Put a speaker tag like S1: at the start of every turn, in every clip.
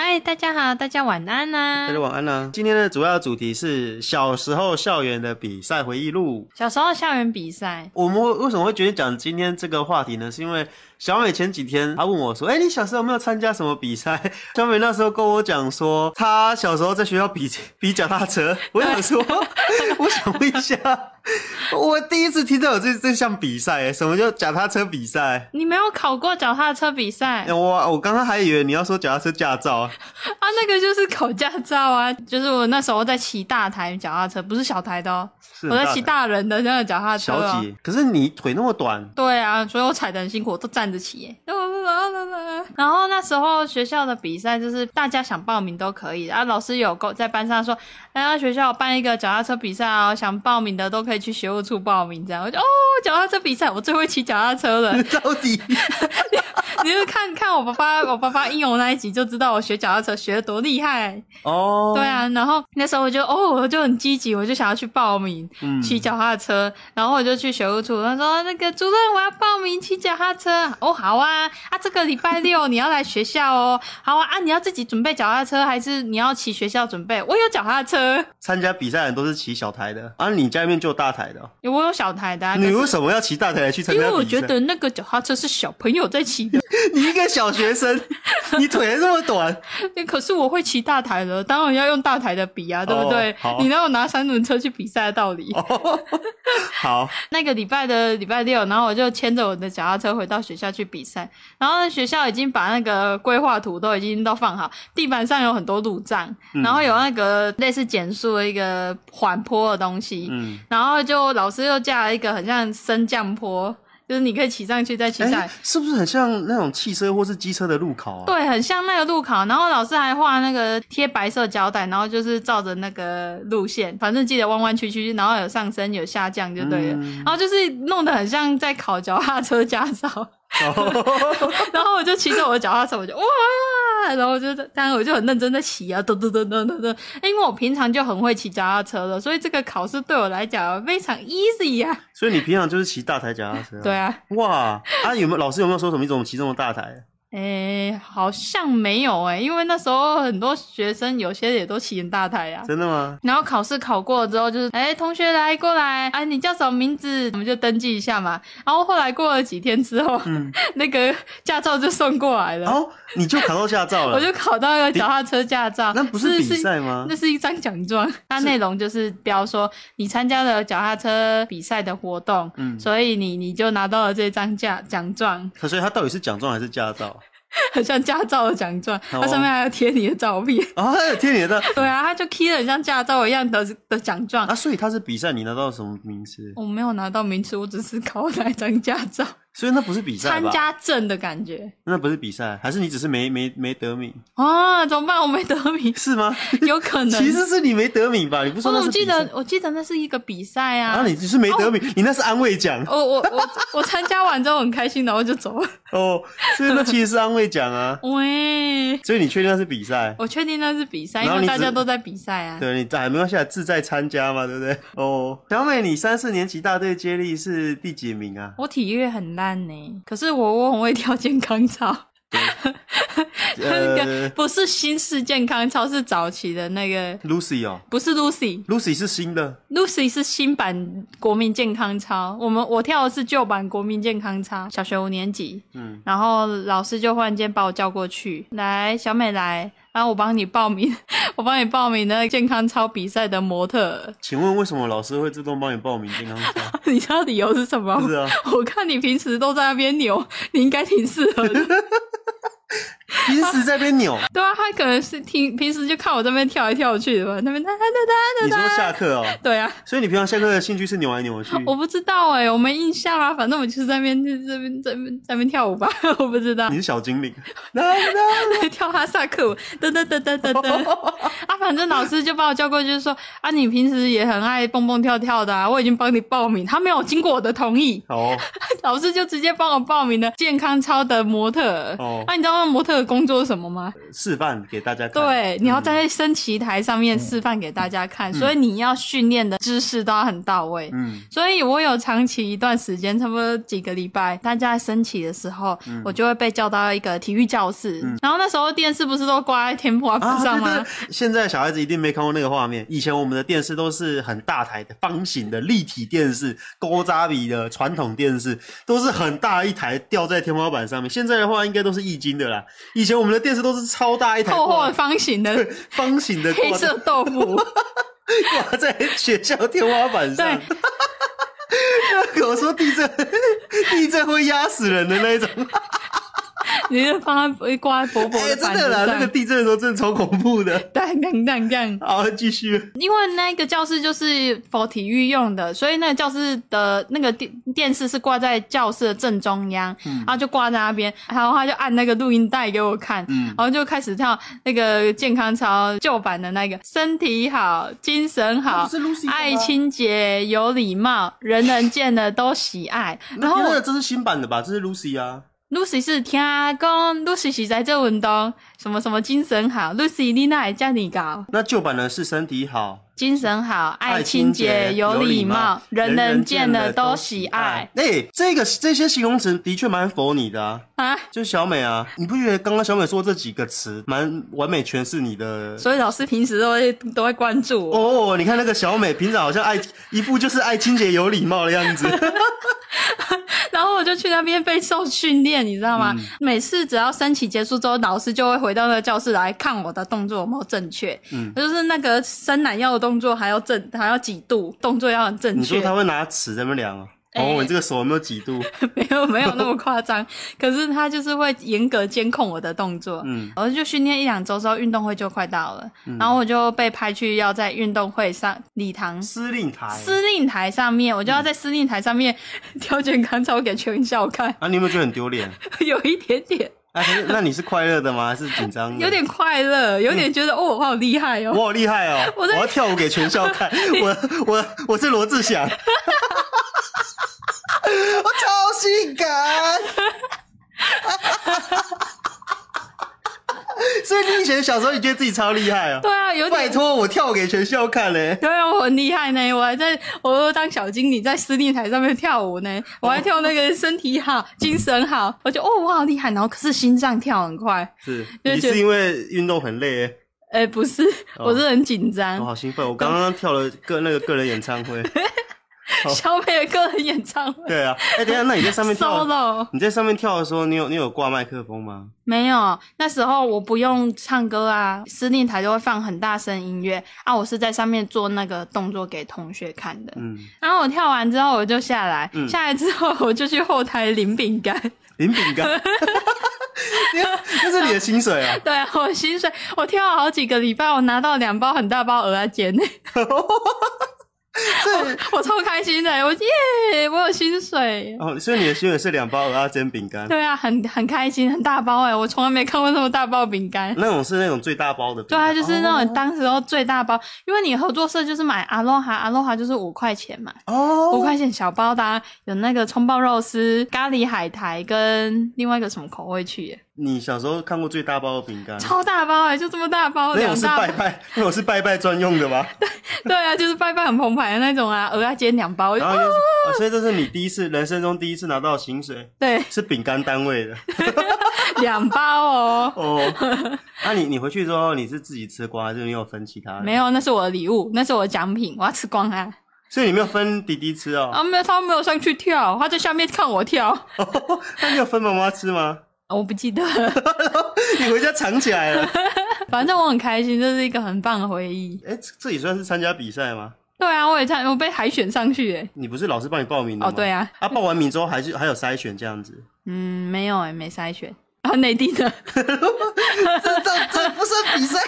S1: 嗨，大家好，大家晚安啊呐、
S2: 大家晚安啦、啊今天的主要主题是小时候校园的比赛回忆录。
S1: 小时候校园比赛，
S2: 我们为什么会决定讲今天这个话题呢？是因为小美前几天她问我说：“哎、你小时候有没有参加什么比赛？” 小美那时候跟我讲说，她小时候在学校比比脚踏车。我想说， 我想问一下，我第一次听到有这这项比赛、什么叫脚踏车比赛？
S1: 你没有考过脚踏车比赛
S2: 哎我我刚刚还以为你要说脚踏车驾照，
S1: 啊？那个就是考驾照啊，就是我那时候在骑大台脚踏车，不是小台的哦，
S2: 是
S1: 我
S2: 很
S1: 在
S2: 大
S1: 骑
S2: 的
S1: 大人的那个脚踏车、哦。
S2: 小姐。可是你腿那么短，
S1: 对啊，所以我踩得很辛苦，我都站着骑耶。 然后那时候学校的比赛就是大家想报名都可以，啊，老师有跟在班上说，哎呀，学校有办一个脚踏车比赛哦，想报名的都可以去学务处报名。这样，我就哦，脚踏车比赛，我最会骑脚踏车 了。
S2: 到底？
S1: 你就看看我爸爸，我爸爸应用那一集就知道我学脚踏车学的多厉害。
S2: 哦，
S1: 对，啊，然后那时候我就哦，我就很积极，我就想要去报名
S2: 嗯
S1: 骑脚踏车，然后我就去学务处，他说那个主任我要报名骑脚踏车，哦好啊，啊这个礼拜六 你要来学校哦，好啊啊你要自己准备脚踏车还是你要骑学校准备？我有脚踏车，
S2: 参加比赛的人都是骑小台的，啊，你家里面就有大台的哦、
S1: 我有小台的、啊，可
S2: 你为
S1: 是
S2: 什么要骑大台来去参
S1: 因
S2: 加比
S1: 为
S2: 赛？
S1: 我觉得那个脚踏车是小朋友在骑的，
S2: 你一个小学 生，你腿还这么短，
S1: 欸可是我会骑大台了，当然要用大台的比啊，对不
S2: 哦
S1: 对？
S2: 好哦
S1: 你哪有拿三轮车去比赛的道理？
S2: 好，
S1: 那个礼拜的礼拜六，然后我就牵着我的脚踏车回到学校去比赛。然后呢，学校已经把那个规划图都已经都放好，地板上有很多路障，
S2: 嗯
S1: 然后有那个类似减速的一个缓坡的东西。
S2: 嗯，
S1: 然后就老师又架了一个很像升降坡，就是你可以骑上去再骑下来。
S2: 哎是不是很像那种汽车或是机车的路考啊？，
S1: 对，很像那个路考，然后老师还画那个贴白色胶带，然后就是照着那个路线，反正记得弯弯曲曲，然后有上升有下降就对了，
S2: 嗯
S1: 然后就是弄得很像在考脚踏车驾照，
S2: 哦
S1: 然后我就骑着我的脚踏车，我就哇，然后我就当然我就很认真的骑啊，噔噔噔噔噔噔，因为我平常就很会骑脚踏车了，所以这个考试对我来讲非常 easy 呀、
S2: 所以你平常就是骑大台脚踏车、
S1: 对，啊，
S2: 哇，啊，有没有老师有没有说什么？你怎么骑这么大台？
S1: 诶、好像没有诶、因为那时候很多学生有些也都骑很大台啊。
S2: 真的吗？
S1: 然后考试考过了之后，就是哎、同学来过来，哎、你叫什么名字？我们就登记一下嘛。然后后来过了几天之后，
S2: 嗯
S1: 那个驾照就送过来了，
S2: 哦，你就考到驾照了，
S1: 啊我就考到了脚踏车驾照。
S2: 那不是比赛
S1: 是
S2: 吗？
S1: 那是一张奖状，它内容就是标说你参加了脚踏车比赛的活动，
S2: 嗯
S1: 所以你你就拿到了这张奖奖状，
S2: 可所以他到底是奖状还是驾照？
S1: 很像驾照的奖状，
S2: 哦
S1: 它上面还要贴你的照片。
S2: 啊，贴你的
S1: 对啊，它就贴了像驾照一样的的奖状，
S2: 啊，所以他是比赛，你拿到什么名次？
S1: 我没有拿到名次，我只是考那一张驾照，
S2: 所以那不是比赛
S1: 参
S2: 吧？
S1: 加证的感觉
S2: 那不是比赛，还是你只是没没没得名，，
S1: 啊！怎么办？我没得名
S2: 是吗？
S1: 有可能。哦
S2: 其实是你没得名吧？你不是
S1: 我
S2: 说那
S1: 怎么
S2: 是比
S1: 记
S2: 赛
S1: 得？我记得那是一个比赛啊！
S2: 啊？你只是没得名，你那是安慰奖
S1: 我我我我参加完之后很开心，然后就走了。
S2: 哦，所以那其实是安慰奖啊。
S1: 喂，
S2: 所以你确定那是比赛？
S1: 我确定那是比赛，
S2: 然
S1: 因
S2: 后
S1: 为
S2: 你
S1: 大家
S2: 只
S1: 都在比赛啊。
S2: 对你在没关系啊，志在参加嘛，对不对？哦，小美，你三四年级大队接力是第几 名啊？
S1: 我体育很烂呢、可是我我很会跳健康操，那个
S2: 呃
S1: 不是新式健康操，是早期的那个，
S2: ，Lucy 哦
S1: 不是 Lucy，
S2: ，Lucy 是新的
S1: Lucy 是新版国民健康操，我们我跳的是旧版国民健康操，小学五年级，
S2: 嗯，
S1: 然后老师就忽然间把我叫过去，来，小美来，然后我帮你报名，我帮你报名那个健康操比赛的模特儿，
S2: 请问为什么老师会自动帮你报名健康 操？
S1: 你知道理由是什么吗？
S2: 是啊，
S1: 我看你平时都在那边扭，你应该挺适合的。
S2: 平时在那边扭，
S1: 对啊，他可能是听平时就看我这边跳来跳去的吧，那边哒哒
S2: 你
S1: 哒
S2: 说
S1: 哒哒哒。
S2: 下课哦，
S1: 对啊，
S2: 所以你平常下课的兴趣是扭来扭去。
S1: 我不知道哎、我没印象啊，反正我就是在那边在这边在那边在那边跳舞吧，我不知道
S2: 你是小精 灵，
S1: 跳哈萨克舞，噔噔噔噔噔噔啊，反正老师就把我叫过去就说啊，你平时也很爱蹦蹦跳跳的啊，我已经帮你报名，他没有经过我的同意，
S2: 哦，
S1: 老师就直接帮我报名了健康操的模特儿。啊
S2: 哦
S1: 那、你知道模特儿工作是什么吗？
S2: 示范给大家看。
S1: 对，你要站在升旗台上面示范给大家看，所以你要训练的知识都要很到位。
S2: 嗯，
S1: 所以我有长期一段时间，差不多几个礼拜，大家在升旗的时候，
S2: 嗯
S1: 我就会被叫到一个体育教室。然后那时候电视不是都挂在天花板
S2: 啊，
S1: 上吗？
S2: 对对，现在小孩子一定没看过那个画面。以前我们的电视都是很大台的方形的立体电视，勾扎比的传统电视都是很大一台吊在天花板上面。现在的话应该都是易经 的啦。以前我们的电视都是超大一台
S1: 厚厚
S2: 挂
S1: 的方形 的
S2: 方形的
S1: 黑
S2: 挂在
S1: 色豆 腐，
S2: 挂在学校天花 板上。我说地震， 地震会压死人的那一种。
S1: 你就放在挂在薄薄
S2: 哎、
S1: 的
S2: 真
S1: 板
S2: 的
S1: 子
S2: 啦，
S1: 上。
S2: 那个地震的时候真的超恐怖的。
S1: 当当当当，
S2: 好，继续。
S1: 因为那个教室就是否体育用的，所以那个教室的那个电电视是挂在教室的正中央，
S2: 嗯
S1: 然后就挂在那边，然后他就按那个录音带给我看，
S2: 嗯
S1: 然后就开始跳那个健康操旧版的那个，身体好，精神
S2: 那
S1: 好
S2: 哦不是 Lucy 的，吗
S1: 爱清洁，有礼貌，人人见了都喜爱。然后
S2: 那个这是新版的吧？这是 Lucy 啊。
S1: Lucy 是听讲，Lucy 是在这运动，什么什么精神好，Lucy 你那也叫你搞。
S2: 那旧版的是身体好，
S1: 精神好，爱
S2: 爱
S1: 清
S2: 清
S1: 洁，
S2: 洁，
S1: 有礼
S2: 礼
S1: 貌，人人见了都喜爱。。
S2: 哎、这个这些形容词的确蛮符合你的啊。
S1: 啊！
S2: 就小美啊，你不觉得刚刚小美说这几个词蛮完美诠释你的？
S1: 所以老师平时都会都会关注我，
S2: 哦，你看那个小美，平常好像爱一副就是爱清洁有礼貌的样子。
S1: 然后我就去那边被受训练，你知道
S2: 嗯
S1: 吗？每次只要升旗结束之后，老师就会回到那个教室来看我的动作有没有正确，
S2: 嗯
S1: 就是那个伸懒腰的动作还要正，还要几度，动作要很正
S2: 你说
S1: 确。
S2: 她会拿尺在那边量啊？
S1: 哎
S2: 哦，你这个手有没有几度？
S1: 没有没有那么夸张， 可是他就是会严格监控我的动作。
S2: 嗯，
S1: 然后就训练一两周之后，运动会就快到了，然后我就被派去要在运动会上礼堂
S2: 司令台。
S1: 司令台上面，我就要在司令台上面 跳健康操给全校看，
S2: 啊，你有没有觉得很丢脸？
S1: 有一点点，
S2: 啊，可是那你是快乐的吗？还是紧张的？
S1: 有点快乐，有点觉得、哦，我好厉害
S2: 我
S1: 哦。
S2: 好厉害 哦！
S1: 我
S2: 我
S1: 在
S2: 要跳舞给全 校看，我我我是罗志祥，我 超性感。所以你以前小时候，你觉得自己超厉害哦？
S1: 对啊，有
S2: 拜
S1: 点。
S2: 托，我跳舞给全校看嘞、
S1: 对啊，我很厉害呢，我还在，我又当小经理在司令台上面跳舞呢，
S2: 哦
S1: 我还跳那个身体好、 精神好，我就哦，我好厉害，然后可是心脏跳很快，
S2: 是，
S1: 就
S2: 你
S1: 觉得
S2: 是因为运动很累、欸，
S1: 哎，不是，
S2: 哦
S1: 我是很紧张
S2: 我、。好兴奋！我刚刚跳了个那个个人演唱会，好
S1: 小美的个人演唱会
S2: 对啊。哎、等一下，那你在上面 跳，
S1: solo
S2: 你在上面跳的时候，你有你有挂麦克风吗？
S1: 没有，那时候我不用唱歌啊，司令台就会放很大声音乐啊，我是在上面做那个动作给同学看的。
S2: 嗯，
S1: 然后我跳完之后我就下来，
S2: 嗯
S1: 下来之后我就去后台领饼干。
S2: 零饼 干，那是你的薪水啊！
S1: 对啊，我薪水我跳了好几个礼拜，我拿到两包很大包鹅啊煎，
S2: 这
S1: 我超开心的，欸我耶，我有薪水。
S2: 哦，所以你的薪水是两包鹅啊煎饼干，
S1: 对啊，很很开心，很大包哎，我从来没看过那么大包饼干。
S2: 那种是那种最大包的饼
S1: 对
S2: 干。
S1: 啊，就是那种
S2: 大
S1: 当时候最大包，因为你合作社就是买阿罗哈，阿罗哈就是五块钱嘛，五
S2: 哦，
S1: 块钱小包的、啊，有那个葱爆肉丝、咖喱海苔跟另外一个什么口味去耶，
S2: 你小时候看过最大包的饼干？
S1: 超大包哎、就这么大包，
S2: 那种
S1: 两
S2: 是
S1: 大
S2: 拜
S1: 包，
S2: 拜，那种是拜拜专用的吗？
S1: 对啊，就是拜拜很澎湃的那种啊，鹅啊煎两包，
S2: 然后就是，哦所以这是你第一次人生中第一次拿到的薪水，
S1: 对，
S2: 是饼干单位的
S1: 两包哦，
S2: 哦。那你你回去之后你是自己吃瓜，还是你有分其他人？
S1: 没有，那是我的礼物，那是我的奖品，我要吃光啊！
S2: 所以你没有分弟弟吃哦？
S1: 啊，没有，他没有上去跳，他在下面看我跳，
S2: 那你有分妈妈吃吗？
S1: 我不记得了，
S2: 你回家藏起来了。
S1: 反正我很开心，这是一个很棒的回忆。
S2: 哎、这这也算是参加比赛吗？
S1: 对啊，我也参，我被海选上去诶。
S2: 你不是老师帮你报名的吗？
S1: 哦，对
S2: 啊。
S1: 啊，
S2: 啊，报完名之后还是还有筛选这样子，
S1: 嗯，没有诶，没筛选。 啊，内地的，
S2: 这这这不算比赛，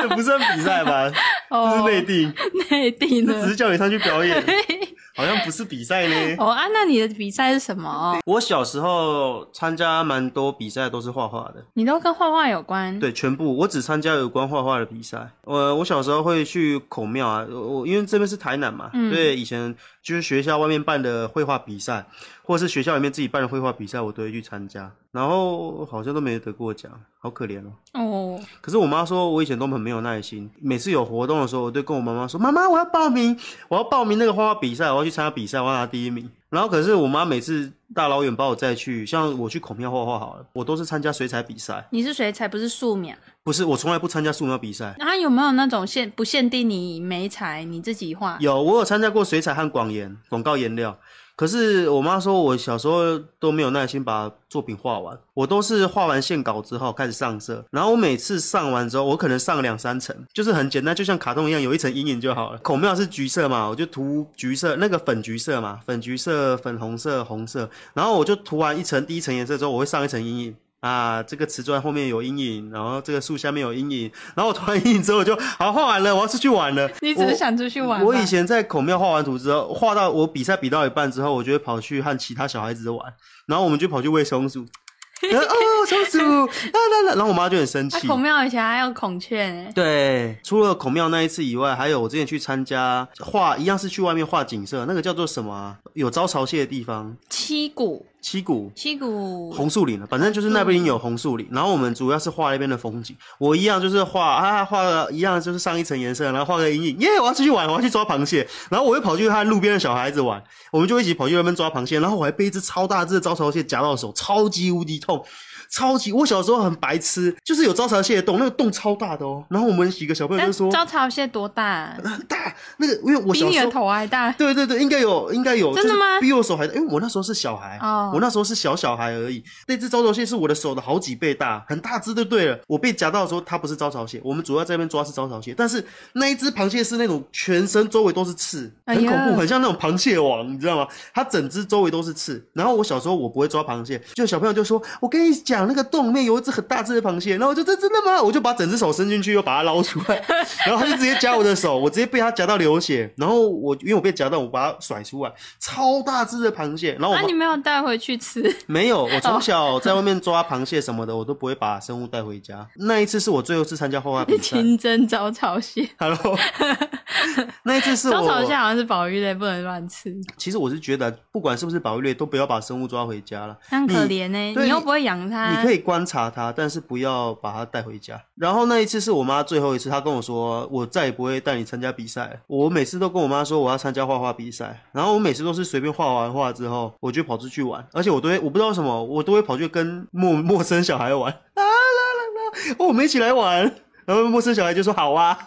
S2: 这不算比赛吧？ 这是
S1: 哦，
S2: 内定，
S1: 内地
S2: 这只
S1: 的。
S2: 是叫你上去表演， 好像不是比赛呢。
S1: 哦啊，那你的比赛是什么？哦
S2: 我小时候参加蛮多比赛，都是画画的。
S1: 你都跟画画有关？，
S2: 对，全部我只参加有关画画的比赛。我我小时候会去孔庙啊，我我因为这边是台南嘛，
S1: 嗯
S2: 所以以前就是学校外面办的绘画比赛，或是学校里面自己办的绘画比赛，我都会去参加。然后好像都没得过奖，好可怜哦。
S1: 哦，
S2: 可是我妈说，我以前都很没有耐心，每次有活动的时候，我就跟我妈妈说：“妈妈，我要报名，我要报名那个画画比赛，我要去参加比赛，我要拿第一名。”然后可是我妈每次大老远把我载去，像我去孔庙画画好了，我都是参加水彩比赛，
S1: 你是水彩不是素描？
S2: 不是我从来不参加素描比赛。
S1: 那、它有没有那种限不限定你美彩你自己画？
S2: 有，我有参加过水彩和广颜广告颜料，可是我妈说我小时候都没有耐心把作品画完，我都是画完线稿之后开始上色，然后我每次上完之后，我可能上两三层，就是很简单，就像卡通一样，有一层阴影就好了。孔庙是橘色嘛，我就涂橘色，那个粉橘色嘛，粉橘色、粉红色、红色，然后我就涂完一层第一层颜色之后，我会上一层阴影。啊，这个瓷砖后面有阴影，然后这个树下面有阴影，然后我涂完阴影之后，我就好画完了，我要出去玩了。
S1: 你只
S2: 我
S1: 是想出去玩吧？
S2: 我以前在孔庙画完图之后，画到我比赛比到一半之后，我就会跑去和其他小孩子玩，然后我们就跑去喂松鼠。然后哦，松鼠，那那那，然后我妈就很生
S1: 啊
S2: 气。
S1: 孔庙以前还有孔雀欸
S2: 对，除了孔庙那一次以外，还有我之前去参加画，一样是去外面画景色，那个叫做什么啊、有招潮蟹的地方，
S1: 七股，
S2: 七谷。
S1: 七股
S2: 红树林了，反正就是那
S1: 嗯
S2: 边有红树林，然后我们主要是画那边的风景。我一样就是画啊，画了一样就是上一层颜色，然后画个阴影，耶，我要出去玩，我要去抓螃蟹，然后我又跑去和路边的小孩子玩，我们就一起跑去那边抓螃蟹，然后我还被一只超大只的招潮蟹夹到手，超级无敌痛。超级，我小时候很白痴，就是有招潮蟹的洞，那个洞超大的哦。然后我们几个小朋友就
S1: 但
S2: 说
S1: 招潮蟹多大？
S2: 很大，那个因为我
S1: 比
S2: 小
S1: 你
S2: 时
S1: 的
S2: 候
S1: 头还大。
S2: 对对对，应该有，应该有，
S1: 真的吗
S2: 就是比我手还大，因为我那时候是小孩，
S1: 哦
S2: 我那时候是小小孩而已。那只招潮蟹是我的手的好几倍大，很大只就对了。我被夹到的时候，它不是招潮蟹，我们主要在那边抓是招潮蟹，但是那一只螃蟹是那种全身周围都是刺，很恐
S1: 哎
S2: 怖，
S1: 呀
S2: 很像那种螃蟹王，你知道吗？它整只周围都是刺。然后我小时候我不会抓螃蟹，就小朋友就说：“我跟你讲，那个洞里面有一只很大只的螃蟹。”然后我就这真的吗？我就把整只手伸进去，又把它捞出来，然后他就直接夹我的手，我直接被他夹到流血。然后我因为我被夹到，我把它甩出来，超大只的螃蟹。然后我
S1: 那、
S2: 妈、
S1: 啊你没哦有带回去吃？
S2: 没有，我从小在外面抓螃蟹什么的，我都不会把生物带回家。那一次是我最后一次参加画画比
S1: 你
S2: 赛。
S1: 清蒸招潮蟹，
S2: Hello，那一次是
S1: 招潮蟹
S2: 我，
S1: 好像是保育类，不能乱吃，
S2: 其实我是觉得，不管是不是保育类，都不要把生物抓回家了。
S1: 很可怜呢、
S2: 对
S1: 你又
S2: 你
S1: 不会养它，
S2: 你可以观察它，但是不要把它带回家。然后那一次是我妈最后一次，她跟我说，我再也不会带你参加比赛了。我每次都跟我妈说我要参加画画比赛，然后我每次都是随便画完画之后，我就跑出去玩，而且我都会，我不知道为什么，我都会跑去跟陌陌生小孩 玩啊啦啦啦，哦我们一起来玩。 然后陌生小孩就说好啊，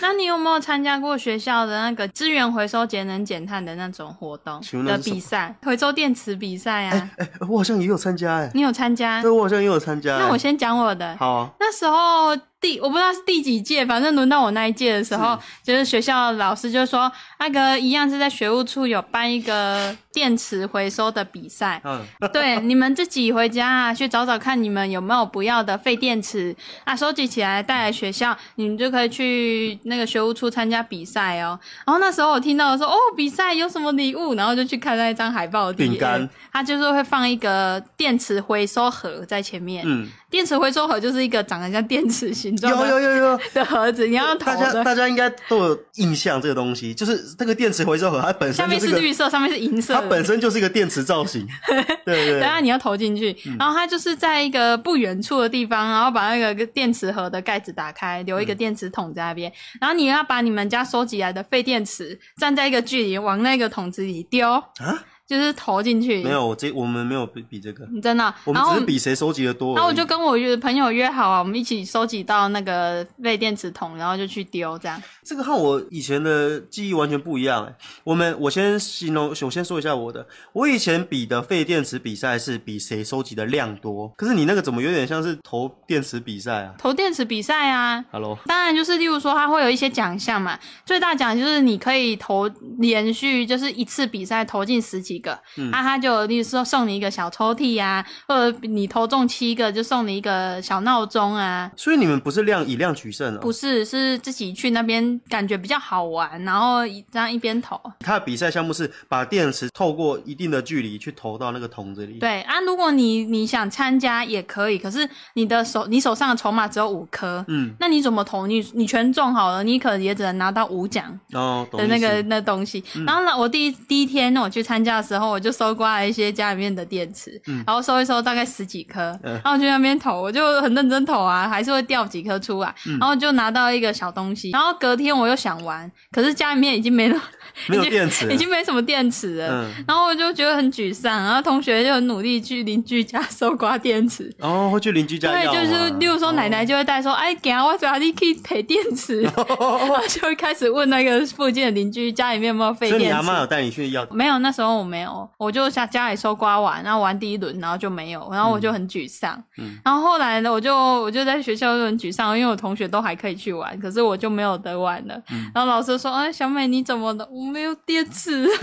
S1: 那你有没有参加过学校的那个资源回收节能减碳的那种活动
S2: 请问那
S1: 的
S2: 是什么
S1: 比赛？回收电池比赛啊，
S2: 哎、我好像也有参加哎、
S1: 你有参加
S2: 对，？我好像也有参加、哎
S1: 那我先讲我的。
S2: 好、啊，
S1: 那时候第我不知道是第几届，反正轮到我那一届的时候，就是学校老师就说，那个一样是在学务处有办一个电池回收的比赛，
S2: 嗯，
S1: 对，你们自己回家啊，去找找看你们有没有不要的废电池啊，收集起来带来学校，你们就可以去那个学务处参加比赛哦。然后那时候我听到说哦，比赛有什么礼物，然后就去看那一张海报的 DM，
S2: 饼干
S1: 它就是会放一个电池回收盒在前面。
S2: 嗯，
S1: 电池回收盒就是一个长得像电池形状
S2: 有
S1: 的
S2: 有有有，
S1: 的盒子，你要投
S2: 大家
S1: 的。
S2: 大家应该都有印象这个东西，就是这个电池回收盒，它本
S1: 下
S2: 身就
S1: 面
S2: 是
S1: 是
S2: 个
S1: 绿色，上面是银色
S2: 它
S1: 的。
S2: 本身就是一个电池 造型，对对
S1: 对
S2: 对
S1: 啊，你要投进去，
S2: 嗯
S1: 然后它就是在一个不远处的地方，然后把那个电池盒的盖子打开，留一
S2: 嗯
S1: 个电池桶在那边，然后你要把你们家收集来的废电池，站在一个距离往那个桶子里丢，
S2: 啊，
S1: 就是投进去。
S2: 没，有，我这我们没有比比这个，
S1: 你真的。
S2: 我们
S1: 然后
S2: 只是比谁收集的多而已。
S1: 然后我就跟我约朋友约好啊，我们一起收集到那个废电池桶，然后就去丢这样。
S2: 这个和我以前的记忆完全不一样哎。我们我先形容，我先说一下我的。我以前比的废电池比赛是比谁收集的量多，可是你那个怎么有点像是投电池比赛啊
S1: 投电池比赛啊，
S2: ？Hello，
S1: 当然，就是例如说，它会有一些奖项嘛。最大奖就是你可以投连续，就是一次比赛投进十几个，啊，他就例如说送你一个小抽屉呀、啊，或者你投中七个就送你一个小闹钟啊，
S2: 所以你们不是量以量取胜哦，
S1: 不是，是自己去那边感觉比较好玩，然后一这样一边投。
S2: 它的比赛项目是把电池透过一定的距离去投到那个桶子里。
S1: 对啊，如果你你想参加也可以，可是你的手你手上的筹码只有五颗，
S2: 嗯，
S1: 那你怎么投？你你全中好了，你可能也只能拿到五奖
S2: 哦，懂
S1: 的那
S2: 意思
S1: 个那东西。然后呢，我第一第一天我去参加的时候，我就搜刮了一些家里面的电池，然后收一收，大概十几颗，
S2: 嗯
S1: 然后我去那边投，我就很认真投啊，还是会掉几颗出来，然后就拿到一个小东西。然后隔天我又想玩，可是家里面已经没了，
S2: 没有
S1: 已经
S2: 电池了
S1: 已经没什么电池了。
S2: 啊嗯，
S1: 然后我就觉得很沮丧，然后同学就很努力去邻居家搜刮电池，
S2: 然哦后会去邻居家
S1: 对，
S2: 要啊哦
S1: 就是
S2: 嘛
S1: 例如说奶奶就会带说，哎，给啊，我主要你可以赔电 池， 然后就会开始问那个附近的邻居家里面有没有废
S2: 所以你
S1: 电
S2: 阿
S1: 池
S2: 妈。有带你去要，
S1: 没有，那时候我没有，我就下家里搜刮完，然后玩第一轮，然后就没有，然后我就很沮丧。
S2: 嗯
S1: 然后后来呢，我就我就在学校就很沮丧，因为我同学都还可以去玩，可是我就没有得玩了。然后老师说：“哎，小美你怎么了？我没有电池，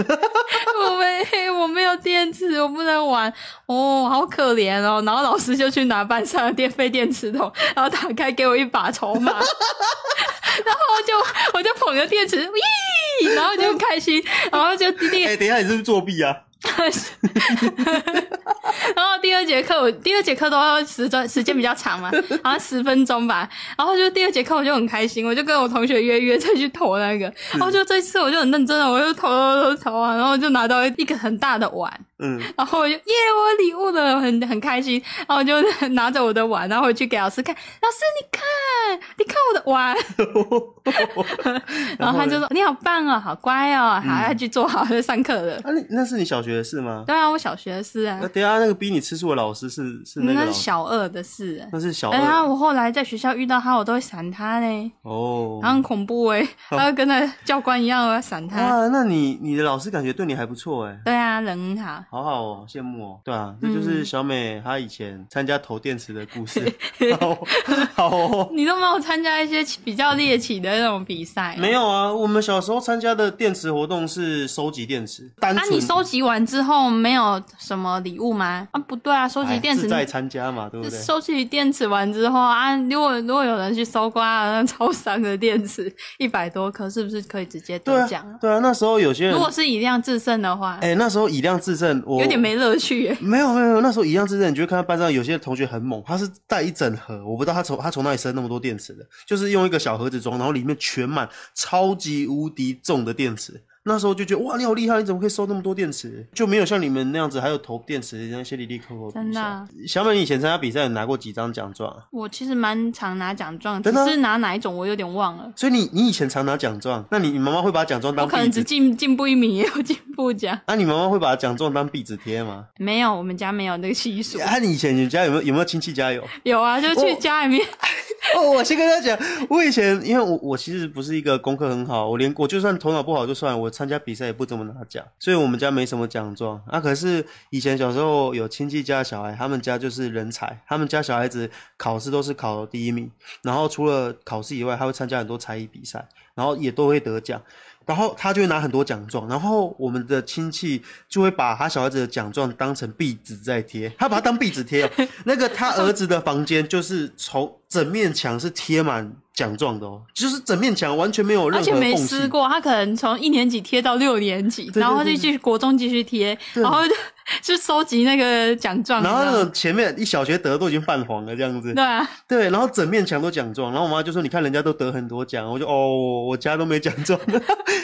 S1: 我没我没有电池，我不能玩哦，好可怜哦。”然后老师就去拿班上的电费电池桶，然后打开给我一把筹码， 然后就我就捧着电池，咦，然后就很开心，然后就弟弟
S2: 哎、等一下你是不是作弊啊？
S1: 然后第二节课我第二节课都要时间时间比较长 嘛，好像十分钟吧。然后就第二节课我就很开心，我就跟我同学约约再去投那个。然后就这次我就很认真了，我就投投投投啊，然后就拿到一个很大的碗，
S2: 嗯，
S1: 然后我就耶我有礼物了，很很开心。然后我就拿着我的碗，然后回去给老师看，老师你看你看我的碗， 然后他就
S2: 呢嗯
S1: 说你好棒哦，好乖哦，好要去做好要上课了。
S2: 啊，那那是你小学的事吗？
S1: 对啊，我小学的事啊
S2: 那，等一下那个逼你吃醋的老师是是那个
S1: 那
S2: 老
S1: 是
S2: 师，
S1: 小二的事啊。
S2: 那是小
S1: 哎呀，
S2: 二
S1: 我后来在学校遇到他，我都会闪他嘞，
S2: 哦。
S1: 然后很恐怖 哎、他会跟那教官一样，我要闪他。
S2: 哇，那你你的老师感觉对你还不错哎，
S1: 对啊，人很好。
S2: 好好哦，好羡慕哦。对啊，这
S1: 嗯
S2: 就是小美她以前参加投电池的故事。好，好哦。
S1: 你都没有参加一些比较猎奇的那种比赛、
S2: 没。有啊，我们小时候参加的电池活动是收集电池，单
S1: 那、
S2: 纯。
S1: 啊你收集完之后没有什么礼物吗？啊，不对啊，收集电池
S2: 哎在参加嘛，对不对？
S1: 收集电池完之后啊，如果如果有人去搜刮那超商的电池 一百多颗，是不是可以直接
S2: 对
S1: 得奖
S2: 啊，？对啊，那时候有些人
S1: 如，果是以量制胜的话，
S2: 哎、那时候以量制胜，我
S1: 有点没乐趣、欸。
S2: 没有没有没有，那时候一样之前，你就会看到班上有些同学很猛，他是带一整盒，我不知道他从他从哪里生那么多电池的，就是用一个小盒子装，然后里面全满超级无敌重的电池。那时候就觉得哇，你好厉害，你怎么可以收那么多电池？就没有像你们那样子，还有投电池那些里里扣扣。
S1: 真的啊。
S2: 小美，你以前参加比赛有拿过几张奖状啊？
S1: 我其实蛮常拿奖状，只
S2: 真的啊
S1: 是拿哪一种我有点忘了。
S2: 所以你你以前常拿奖状，那你你妈妈会把奖状
S1: 我
S2: 当
S1: 可能
S2: 壁
S1: 只
S2: 纸？
S1: 进进步一名，也有进步奖。
S2: 啊，你妈妈会把奖状当壁纸贴吗？
S1: 没有，我们家没有那个习 俗。
S2: 啊，你以前你家有没有有没有亲戚家有？
S1: 有啊，就去家里面。
S2: 哦，我先跟他讲，我以前因为我我其实不是一个功课很好，我连我就算头脑不好就算了，我参加比赛也不怎么拿奖，所以我们家没什么奖状啊。可是以前小时候有亲戚家小孩，他们家就是人才，他们家小孩子考试都是考第一名，然后除了考试以外，他会参加很多才艺比赛，然后也都会得奖。然后他就会拿很多奖状，然后我们的亲戚就会把他小孩子的奖状当成壁纸在贴，他把它当壁 纸贴、哦。那个他儿子的房间就是从整面墙是贴满奖状的哦，就是整面墙完全没有任
S1: 而
S2: 何
S1: 且没
S2: 缝隙
S1: 撕。过，他可能从一年级贴到六年级，
S2: 对
S1: 然后
S2: 对
S1: 就继续国中继续贴，然后就就收集那个奖状。
S2: 然后那
S1: 你知道吗
S2: 种前面一小学得都已经泛黄了这样子，
S1: 对啊，
S2: 对，然后整面墙都奖状，然后我妈就说：“你看人家都得很多奖，我就哦，我家都没奖状。”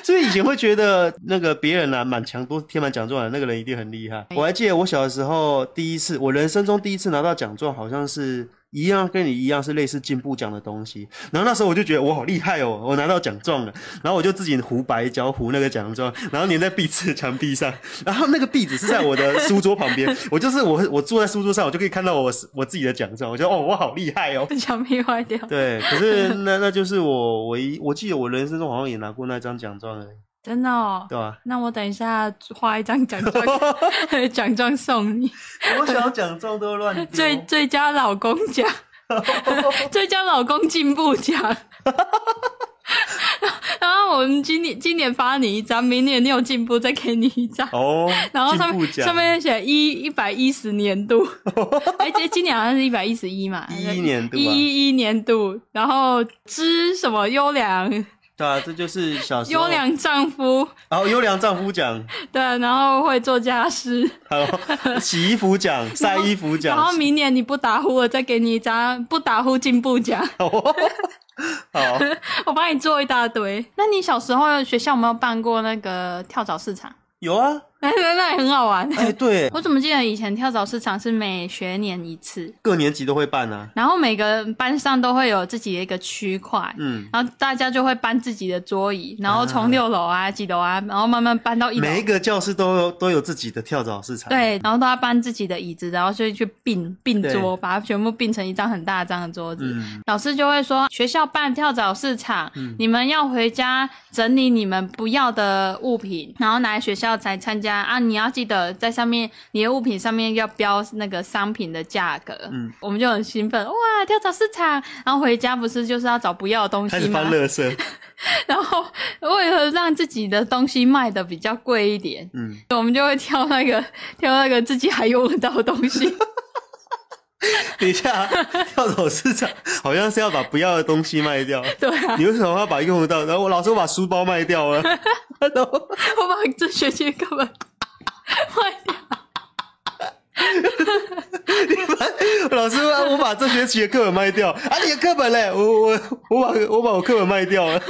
S2: 所以以前会觉得那个别人啊，满墙都贴满奖状的那个人一定很厉害。我还记得我小的时候第一次，我人生中第一次拿到奖状，好像是一样跟你一样是类似进步奖的东西。然后那时候我就觉得我好厉害哦，我拿到奖状了，然后我就自己糊白胶糊那个奖状，然后粘在壁纸墙壁上，然后那个壁纸是在我的书桌旁边，我就是我我坐在书桌上，我就可以看到我我自己的奖状，我觉得哦我好厉害哦。
S1: 墙壁坏掉。
S2: 对，可是那那就是我唯一，我记得我人生中好像也拿过那张奖状而已，
S1: 真的哦。、
S2: 对吧
S1: 那我等一下画一张奖状， 奖状送你，
S2: 我小奖状都乱丢
S1: 最最佳老公 奖，最佳老公进步奖。然后那我们今年今年发你一张，明年你有进步再给你一张。
S2: 哦，
S1: 然后
S2: 进
S1: 上
S2: 步
S1: 面
S2: 奖
S1: 上面写一一百一十年 度，哎、今今年好像是一百一十一嘛，
S2: 一一年度
S1: 一
S2: 啊，
S1: 一一年度，然后知什么优良
S2: 对啊，这就是小时候
S1: 优良丈夫，
S2: 然后优良丈夫奖，
S1: 对，然后会做家事，
S2: 还有洗衣服奖、晒衣服
S1: 然后
S2: 奖，
S1: 明年你不打呼了，再给你一张不打呼进步奖，
S2: 好，
S1: 我帮你做一大堆。那你小时候学校有没有办过那个跳蚤市场？
S2: 有啊，
S1: 那那也很好玩。
S2: 哎，对，
S1: 我怎么记得以前跳蚤市场是每学年一次，
S2: 各年级都会办啊，
S1: 然后每个班上都会有自己的一个区块，
S2: 嗯，
S1: 然后大家就会搬自己的桌椅，然后从六楼啊、几楼啊，然后慢慢搬到一楼。
S2: 每一个教室都有都有自己的跳蚤市场，，
S1: 对，然后都要搬自己的椅子，然后就去并并
S2: 对
S1: 桌，把它全部并成一张很大张的桌子。
S2: 嗯，
S1: 老师就会说，学校办跳蚤市场，你们要回家整理你们不要的物品，然后拿来学校才参加啊！你要记得在上面你的物品上面要标那个商品的价格。
S2: 嗯，
S1: 我们就很兴奋，哇，跳蚤市场！然后回家不是就是要找不要的东
S2: 开
S1: 西
S2: 始
S1: 吗
S2: 翻？乐色，
S1: 然后为了让自己的东西卖的比较贵一点，
S2: 嗯，
S1: 我们就会挑那个 挑那个自己还用得到的东 西。
S2: 等 一下，跳蚤市场好像是要把不要的东西卖掉，
S1: 对啊，
S2: 你为什么要把用得到？然后我老师我把书包卖掉了， 然后
S1: 我把这学期根本坏掉。
S2: 老师，啊我把这学期的课本卖掉啊！你的课本嘞，我我我把我把我课本卖掉 了。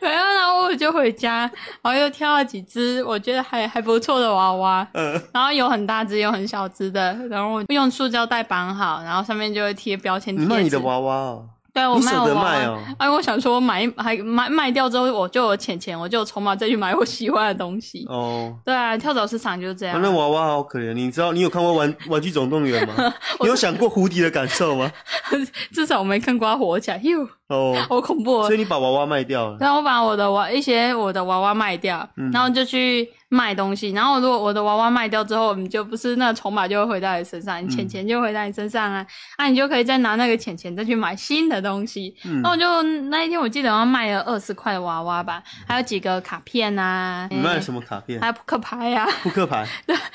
S1: 然后然后我就回家，然后又挑了几只我觉得还还不错的娃娃，
S2: 嗯，
S1: 然后有很大只，有很小只的，然后我用塑胶袋绑好，然后上面就会贴标签贴
S2: 你
S1: 纸。
S2: 卖你的娃娃哦，
S1: 对，我
S2: 你
S1: 卖
S2: 舍
S1: 我
S2: 得
S1: 娃
S2: 卖
S1: 娃。
S2: 哦？
S1: 哎，我想说买还买卖掉之后，我就有钱钱，我就有筹码再去买我喜欢的东西。
S2: 哦，
S1: 对啊，跳蚤市场就是这
S2: 啊
S1: 样。
S2: 那娃娃好可怜。你知道你有看过玩《玩具总动 员》吗？你有想过蝴蝶的感受 吗？
S1: 至少我没看过它活起来，哟，
S2: 哦，
S1: 好恐怖、哦
S2: 所。以你把娃娃卖掉了。
S1: 然后我把我的娃一些我的娃娃卖掉，
S2: 嗯
S1: 然后就去卖东西。然后如果我的娃娃卖掉之后，你就不是那筹码就会回到你身上，你
S2: 嗯
S1: 钱钱就回到你身上啊，那、你就可以再拿那个钱钱再去买新的东西。
S2: 嗯
S1: 那我就那一天我记得好像卖了二十块的娃娃吧，还有几个卡片啊，
S2: 你卖了什么卡片
S1: 还？有扑克牌啊。
S2: 扑克牌。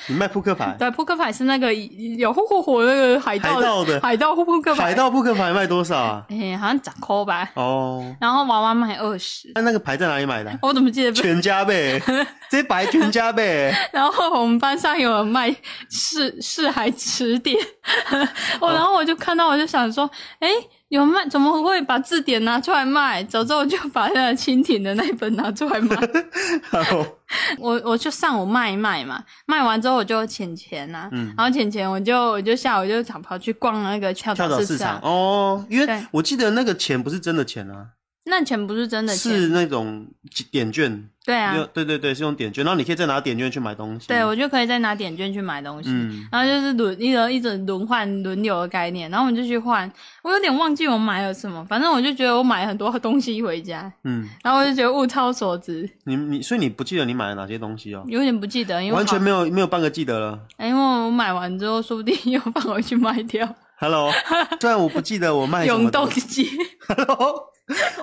S2: 你卖扑克牌？
S1: 对，扑克牌是那个有火火火那个海盗
S2: 海盗的
S1: 海盗扑克牌，
S2: 海盗扑克牌卖多少啊？
S1: 哎、好像涨扣吧。
S2: 哦，
S1: 然后娃娃卖二十，
S2: 那那个牌在哪里买的 啊？
S1: 我怎么记得不
S2: 全家 呗，这白全家呗。
S1: 然后我们班上有人卖四四海词典，我然后我就看到，我就想说，哎，有卖怎么会把字典拿出来卖？走之后就把那个蜻蜓的那一本拿出来卖，
S2: 然后
S1: 我我就上午卖一卖嘛，卖完之后我就有钱钱呐、
S2: 嗯
S1: 然后钱钱我就我就下午就想跑去逛那个跳
S2: 跳
S1: 蚤
S2: 蚤
S1: 市
S2: 市
S1: 场
S2: 场，哦，因为
S1: 对
S2: 我记得那个钱不是真的钱啊，
S1: 那钱不是真的钱，
S2: 是那种点券，
S1: 对
S2: 用
S1: 啊，
S2: 对对对，是用点券，然后你可以再拿点券去买东西。
S1: 对我就可以再拿点券去买东西。
S2: 嗯，
S1: 然后就是轮一轮一直轮换轮流的概念，然后我们就去换。我有点忘记我买了什么，反正我就觉得我买了很多东西回家，
S2: 嗯，
S1: 然后我就觉得物超所值，
S2: 你你所以你不记得你买了哪些东西哦，
S1: 有点不记得，因为我
S2: 完全没有没有半个记得了。
S1: 哎因为我买完之后，说不定又放回去卖掉，
S2: Hello，虽然我不记得我卖什么
S1: 永动
S2: 东西
S1: 机。
S2: ，Hello，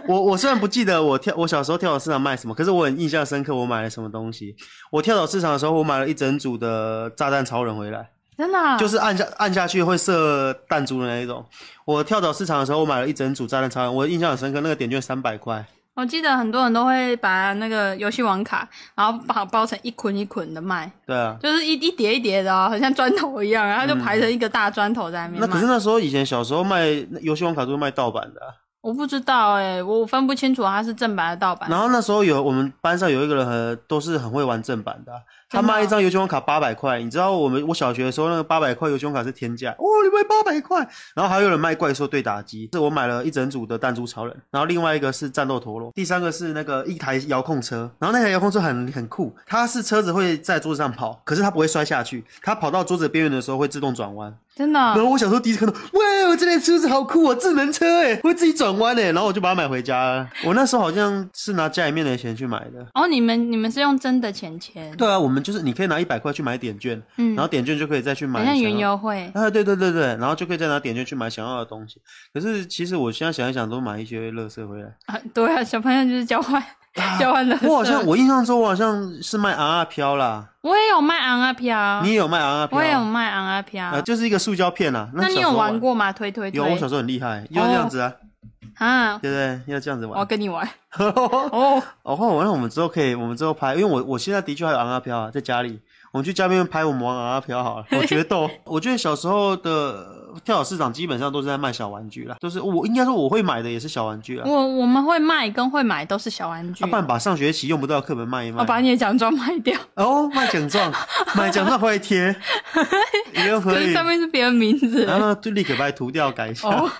S2: 我我虽然不记得我跳我小时候跳蚤市场卖什么，可是我很印象深刻我买了什么东西。我跳蚤市场的时候，我买了一整组的炸弹超人回来。
S1: 真的、啊，
S2: 就是按下按下去会射弹珠的那一种。我跳蚤市场的时候，我买了一整组炸弹超人，我印象很深刻，那个点券三百块。
S1: 我记得很多人都会把那个游戏王卡，然后把它包成一捆一捆的卖，
S2: 对啊，
S1: 就是一一叠一叠的哦，很像砖头一样，然后就排成一个大砖头在那边
S2: 那
S1: 卖。
S2: 可是那时候以前小时候卖那游戏王卡都是卖盗版的啊、
S1: 我不知道哎、我分不清楚它是正版还是盗版。
S2: 然后那时候有我们班上有一个人很都是很会玩正版的啊、他
S1: 真的
S2: 卖一
S1: 哦
S2: 张游戏王卡八百块，你知道我们我小学的时候那个八百块游戏王卡是天价哦，你卖八百块，然后还有人卖怪兽对打机，是我买了一整组的弹珠超人，然后另外一个是战斗陀螺，第三个是那个一台遥控车，然后那台遥控车很很酷，它是车子会在桌子上跑，可是它不会摔下去，它跑到桌子边缘的时候会自动转弯，
S1: 真的
S2: 然
S1: 哦、
S2: 后我小时候第一次看到，哇，我这台车子好酷哦，智能车哎，会自己转弯哎，然后我就把它买回家了。我那时候好像是拿家里面的钱去买的。
S1: 哦，你们你们是用真的钱钱，
S2: 对啊，我们就是你可以拿一百块去买点券，
S1: 嗯
S2: 然，后点券就可以再去买
S1: 很像
S2: 你想
S1: 云
S2: 要
S1: 游会，
S2: 啊，对对对对，然后就可以再拿点券去买想要的东西。可是其实我现在想一想，都买一些垃圾回 来。
S1: 啊，对啊，小朋友就是交换、 交换的。
S2: 啊我好像我印象中我好像是卖昂啊飘啦，
S1: 我也有卖昂啊飘，
S2: 你也有卖昂啊飘，
S1: 我也有卖昂啊飘。
S2: 呃，就是一个塑胶片啦。
S1: 那你
S2: 小时
S1: 有
S2: 候
S1: 玩？过吗？推推推，
S2: 有，我小时候很厉害，要这样子啊，
S1: 啊，
S2: 对不对？要这样子
S1: 我要
S2: 玩。
S1: 跟你 玩
S2: 哦，
S1: 哦。
S2: 那我们之后可以，我们之后拍，因为我我现在的确还有昂啊飘啊，在家里，我们去家里面拍我们玩昂啊飘好了。我觉得逗， 我觉得小时候的跳蚤市场基本上都是在卖小玩具啦，都是我应该说我会买的也是小玩具啦。
S1: 我我们会卖跟会买都是小玩具，
S2: 啊，不然把上学期用不到的课本卖一卖。
S1: 我把你的奖状卖掉，
S2: 哦，卖 奖状，买奖状回来贴，也
S1: 可
S2: 可
S1: 是
S2: 以。啊
S1: 上面是别人名字。
S2: 然后就立刻把它涂掉改一下。
S1: 哦，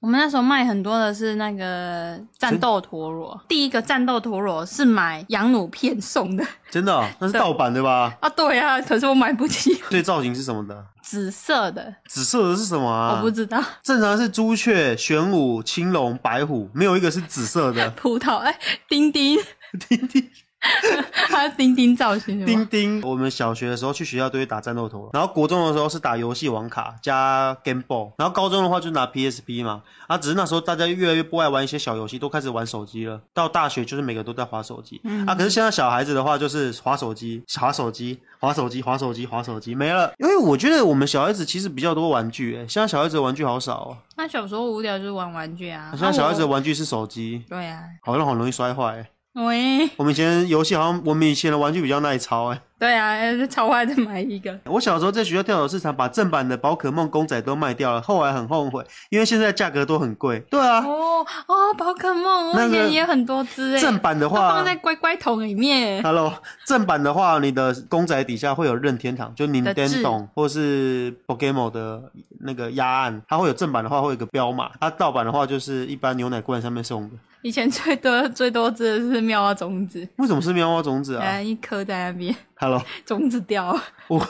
S1: 我们那时候卖很多的是那个战斗陀螺，第一个战斗陀螺是买羊乳片送的
S2: 真的哦、那是盗版对吧？
S1: 啊，对啊，可是我买不起，
S2: 对，造型是什么的？
S1: 紫色的，
S2: 紫色的是什么啊？
S1: 我不知道，。
S2: 正常是朱雀、玄武、青龙、白虎，没有一个是紫色的
S1: 葡萄哎，丁丁， 它是丁丁造型的吗
S2: 丁丁，我们小学的时候去学校都会打战斗陀螺，然后国中的时候是打游戏王卡加 Game Boy，然后高中的话就拿 PSP 嘛。啊，只是那时候大家越来越不爱玩一些小游戏，都开始玩手机了。到大学就是每个都在划手机、
S1: 嗯
S2: 啊，可是现在小孩子的话就是划手机、划手机、划手机、划手机、划手机没了。因为我觉得我们小孩子其实比较多玩具、欸，现在小孩子的玩具好少哦、
S1: 那小时候无聊就是玩玩具啊，
S2: 现在小孩子的
S1: 啊
S2: 玩具是手机
S1: 我，对啊，
S2: 好像很容易摔坏、欸。
S1: 喂，
S2: 我们以前游戏好像我们以前的玩具比较耐操、欸，
S1: 对啊，哎就超坏再买一个，
S2: 我小时候在学校跳蚤市场把正版的宝可梦公仔都卖掉了，后来很后悔，因为现在价格都很贵。对啊，
S1: 哦哦，宝可梦，我
S2: 那
S1: 以
S2: 个
S1: 前也很多只哎，
S2: 正版的
S1: 都放
S2: 话
S1: 在乖乖桶里面，
S2: ，Hello，正版的话，你的公仔底下会有任天堂，就
S1: 的字
S2: Nintendo 或是 Pokemon 的那个压案，它会有正版的话会有个标码，它盗版的话就是一般牛奶罐上面送的。
S1: 以前最多最多只的是妙蛙种子，
S2: 为什么是喵喵种子
S1: 然
S2: 啊
S1: 后一颗在那边，
S2: ？Hello，
S1: 种子掉了。
S2: 我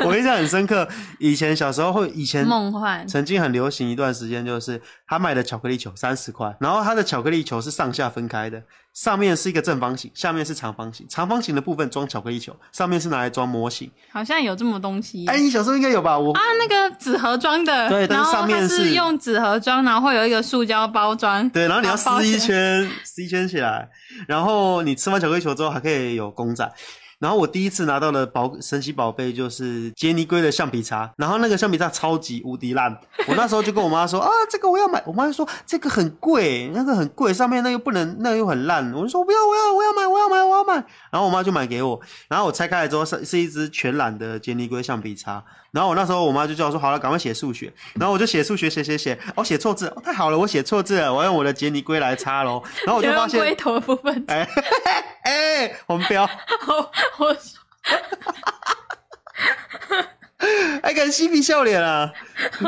S2: 我我印象很深刻，以前小时候会以前
S1: 梦幻
S2: 曾经很流行一段时间，就是他卖的巧克力球三十块，然后他的巧克力球是上下分开的，上面是一个正方形，下面是长方形，长方形的部分装巧克力球，上面是拿来装模型。
S1: 好像有这么东西
S2: 哎、你小时候应该有吧？我
S1: 啊，那个纸盒装的，
S2: 对但
S1: 然后
S2: 是上面
S1: 它
S2: 是
S1: 是用纸盒装，然后会有一个塑胶包装，
S2: 对，然后你要
S1: 把它包
S2: 撕一
S1: 起来，
S2: 圈，撕一圈起来，然后你吃完巧克力球之后还可以有公仔。然后我第一次拿到的宝神奇宝贝就是杰尼龟的橡皮擦，然后那个橡皮擦超级无敌烂，我那时候就跟我妈说 啊，这个我要买，我妈就说这个很贵，那个很贵，上面那又不能，那又很烂，我就说不要，我要，我要买，我要买，我要买，然后我妈就买给我，然后我拆开来之后是是一只全染的杰尼龟橡皮擦，然后我那时候我妈就叫我说好了，赶快写数学，然后我就写数学写写写，哦写错字、哦，太好了，我写错字了，我要用我的杰尼龟来擦喽，然后我就
S1: 有
S2: 发
S1: 用龟
S2: 现，
S1: 头的部分，
S2: 哎哎、红标，
S1: 我我说
S2: 还敢嬉皮笑脸啊？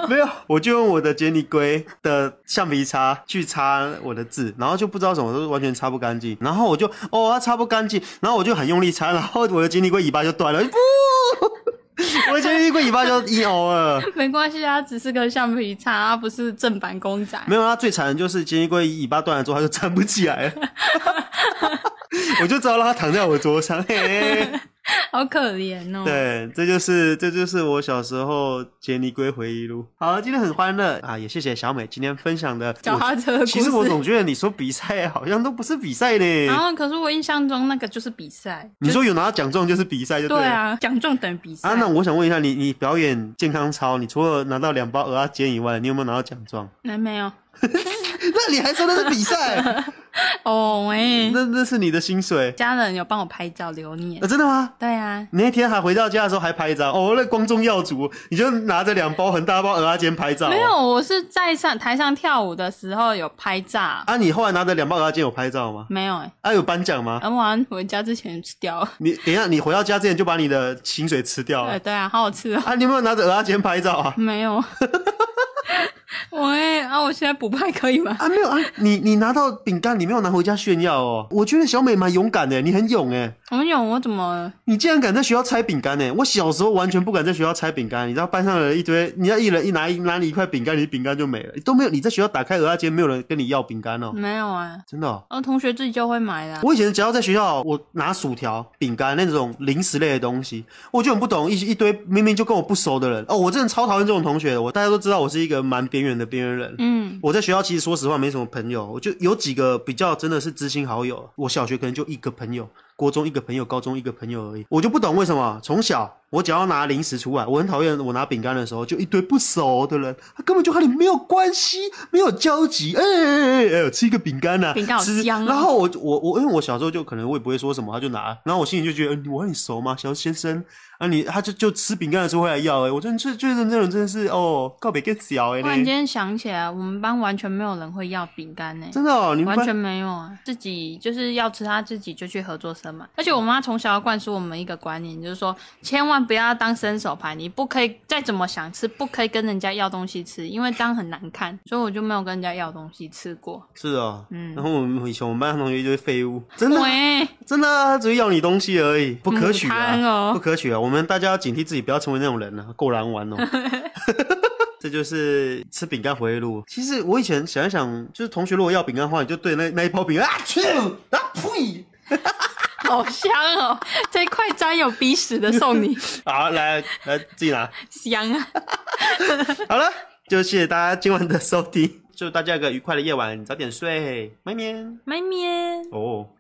S2: 没有，我就用我的杰尼龟的橡皮擦去擦我的字，然后就不知道什么，都完全擦不干净。然后我就哦，它擦不干净，然后我就很用力擦，然后我的杰尼龟尾巴就断了，不， 我的杰尼龟尾巴就一凹了。
S1: 没关系啊，只是个橡皮擦，它不是正版公仔。
S2: 没有，它最惨的就是杰尼龟尾巴断了之后，它就站不起来了。 我就知道让它躺在我桌上。嘿嘿嘿
S1: 好可怜哦。，
S2: 对，这就是这就是我小时候杰尼龟回忆录。好，今天很欢乐啊，也谢谢小美今天分享的
S1: 脚踏车的
S2: 我
S1: 故事啊
S2: 其实我总觉得你说比赛好像都不是比赛
S1: 然
S2: 呢。
S1: 后可是我印象中那个就是比赛，
S2: 你说有拿到奖状就是比赛就
S1: 对
S2: 了。
S1: 啊，奖状等于比赛。
S2: 啊，那我想问一下你，你表演健康操，你除了拿到两包鹅啊煎以外，你有没有拿到奖 状？
S1: 那没有
S2: 那你还说那是 比赛？
S1: 哦哎、
S2: 那那是你的薪水？
S1: 家人有帮我拍照留念
S2: 啊，。真的吗？
S1: 对啊，
S2: 你那天还回到家的时候还拍一张哦，那光宗耀祖，你就拿着两包很大包鹅啊煎拍照、
S1: 没有，我是在上台上跳舞的时候有拍照，
S2: 啊？你后来拿着两包鹅啊煎有拍照吗？
S1: 没有哎、
S2: 啊，有哦颁奖吗？
S1: 欸，我好像回家之前吃掉了。
S2: 你等一下，你回到家之前就把你的薪水吃掉
S1: 对
S2: 了
S1: 对啊，好好吃哦。
S2: 啊？你有没有拿着鹅啊煎拍照啊？
S1: 没有，喂，啊，我现在补拍可以 吗？
S2: 啊，没有啊，你你拿到饼干，你没有拿回家炫耀哦。我觉得小美蛮勇敢的，你很勇哎，
S1: 我有，我怎么了？
S2: 你竟然敢在学校拆饼干呢！我小时候完全不敢在学校拆饼干，你知道班上的人一堆，你要一人一拿一拿你一块饼干，你饼干就没了，都没有。你在学校打开鹅鸭街，没有人跟你要饼干哦，
S1: 没有啊，
S2: 真的、哦。
S1: 哦，同学自己就会买的啊、
S2: 我以前只要在学校，我拿薯条、饼干那种零食类的东西，我就很不懂一一堆明明就跟我不熟的人哦，我真的超讨厌这种同学的。我大家都知道我是一个蛮边缘的边缘人。
S1: 嗯，
S2: 我在学校其实说实话没什么朋友，我就有几个比较真的是知心好友。我小学可能就一个朋友，国中一个朋友，高中一个朋友而已。我就不懂为什么从小我只要拿零食出来，我很讨厌我拿饼干的时候就一堆不熟的人，他根本就和你没有关系，没有交集。哎哎哎哎，吃一个饼干呐、
S1: 饼干好
S2: 吃
S1: 香哦
S2: 然后我我我，因为我小时候就可能我也不会说什么，他就拿，然后我心里就觉得，嗯、我和你熟吗，小先生？啊你，他就就吃饼干的时候会来要、哎，我真的是就是那种真的是哦，告别更小哎、
S1: 突然间想起来，我们班完全没有人会要饼干呢。
S2: 真的哦，你们
S1: 完
S2: 班
S1: 全没有啊，自己就是要吃，他自己就去合作社买。而且我妈从小要灌输我们一个观念，就是说千万不要当伸手牌，你不可以再怎么想吃，不可以跟人家要东西吃，因为这样很难看。所以我就没有跟人家要东西吃过。
S2: 是哦，
S1: 嗯
S2: 然后我们以前我们班同学一堆 废物，真的
S1: 喂，
S2: 真的啊，他只会要你东西而已，不可取
S1: 母汤
S2: 啊，
S1: 嗯哦
S2: 不可取啊！我们大家要警惕自己，不要成为那种人啊，够难玩 哦。这就是吃饼干回忆录。其实我以前想一想，就是同学如果要饼干的话，你就对那那一包饼干啊，去啊呸
S1: 好香哦！这块沾有鼻屎的送你，
S2: 好，来来自己拿。
S1: 香啊！
S2: 好了，就谢谢大家今晚的收听，祝大家有个愉快的夜晚，早点睡，拜拜。
S1: 麦面。
S2: 哦。